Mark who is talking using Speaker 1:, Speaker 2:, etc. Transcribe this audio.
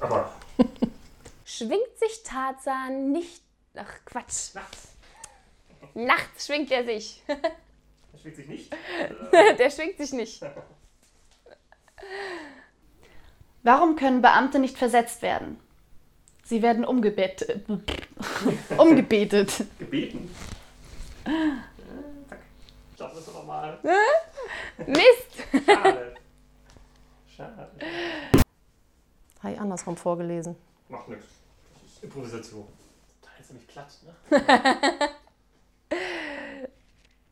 Speaker 1: Aber
Speaker 2: Schwingt sich Tarzan nicht. Ach Quatsch. Nachts schwingt er sich.
Speaker 1: das schlägt sich nicht.
Speaker 2: Der schwingt sich nicht.
Speaker 3: Warum können Beamte nicht versetzt werden? Sie werden umgebet umgebetet.
Speaker 1: Gebeten. Äh, Zack. Ich glaube, das ist nochmal.
Speaker 2: Mist!
Speaker 1: Schade. Schade.
Speaker 4: Habe ich andersrum vorgelesen.
Speaker 1: Macht nichts. Das ist Improvisation. Total ziemlich platt, ne?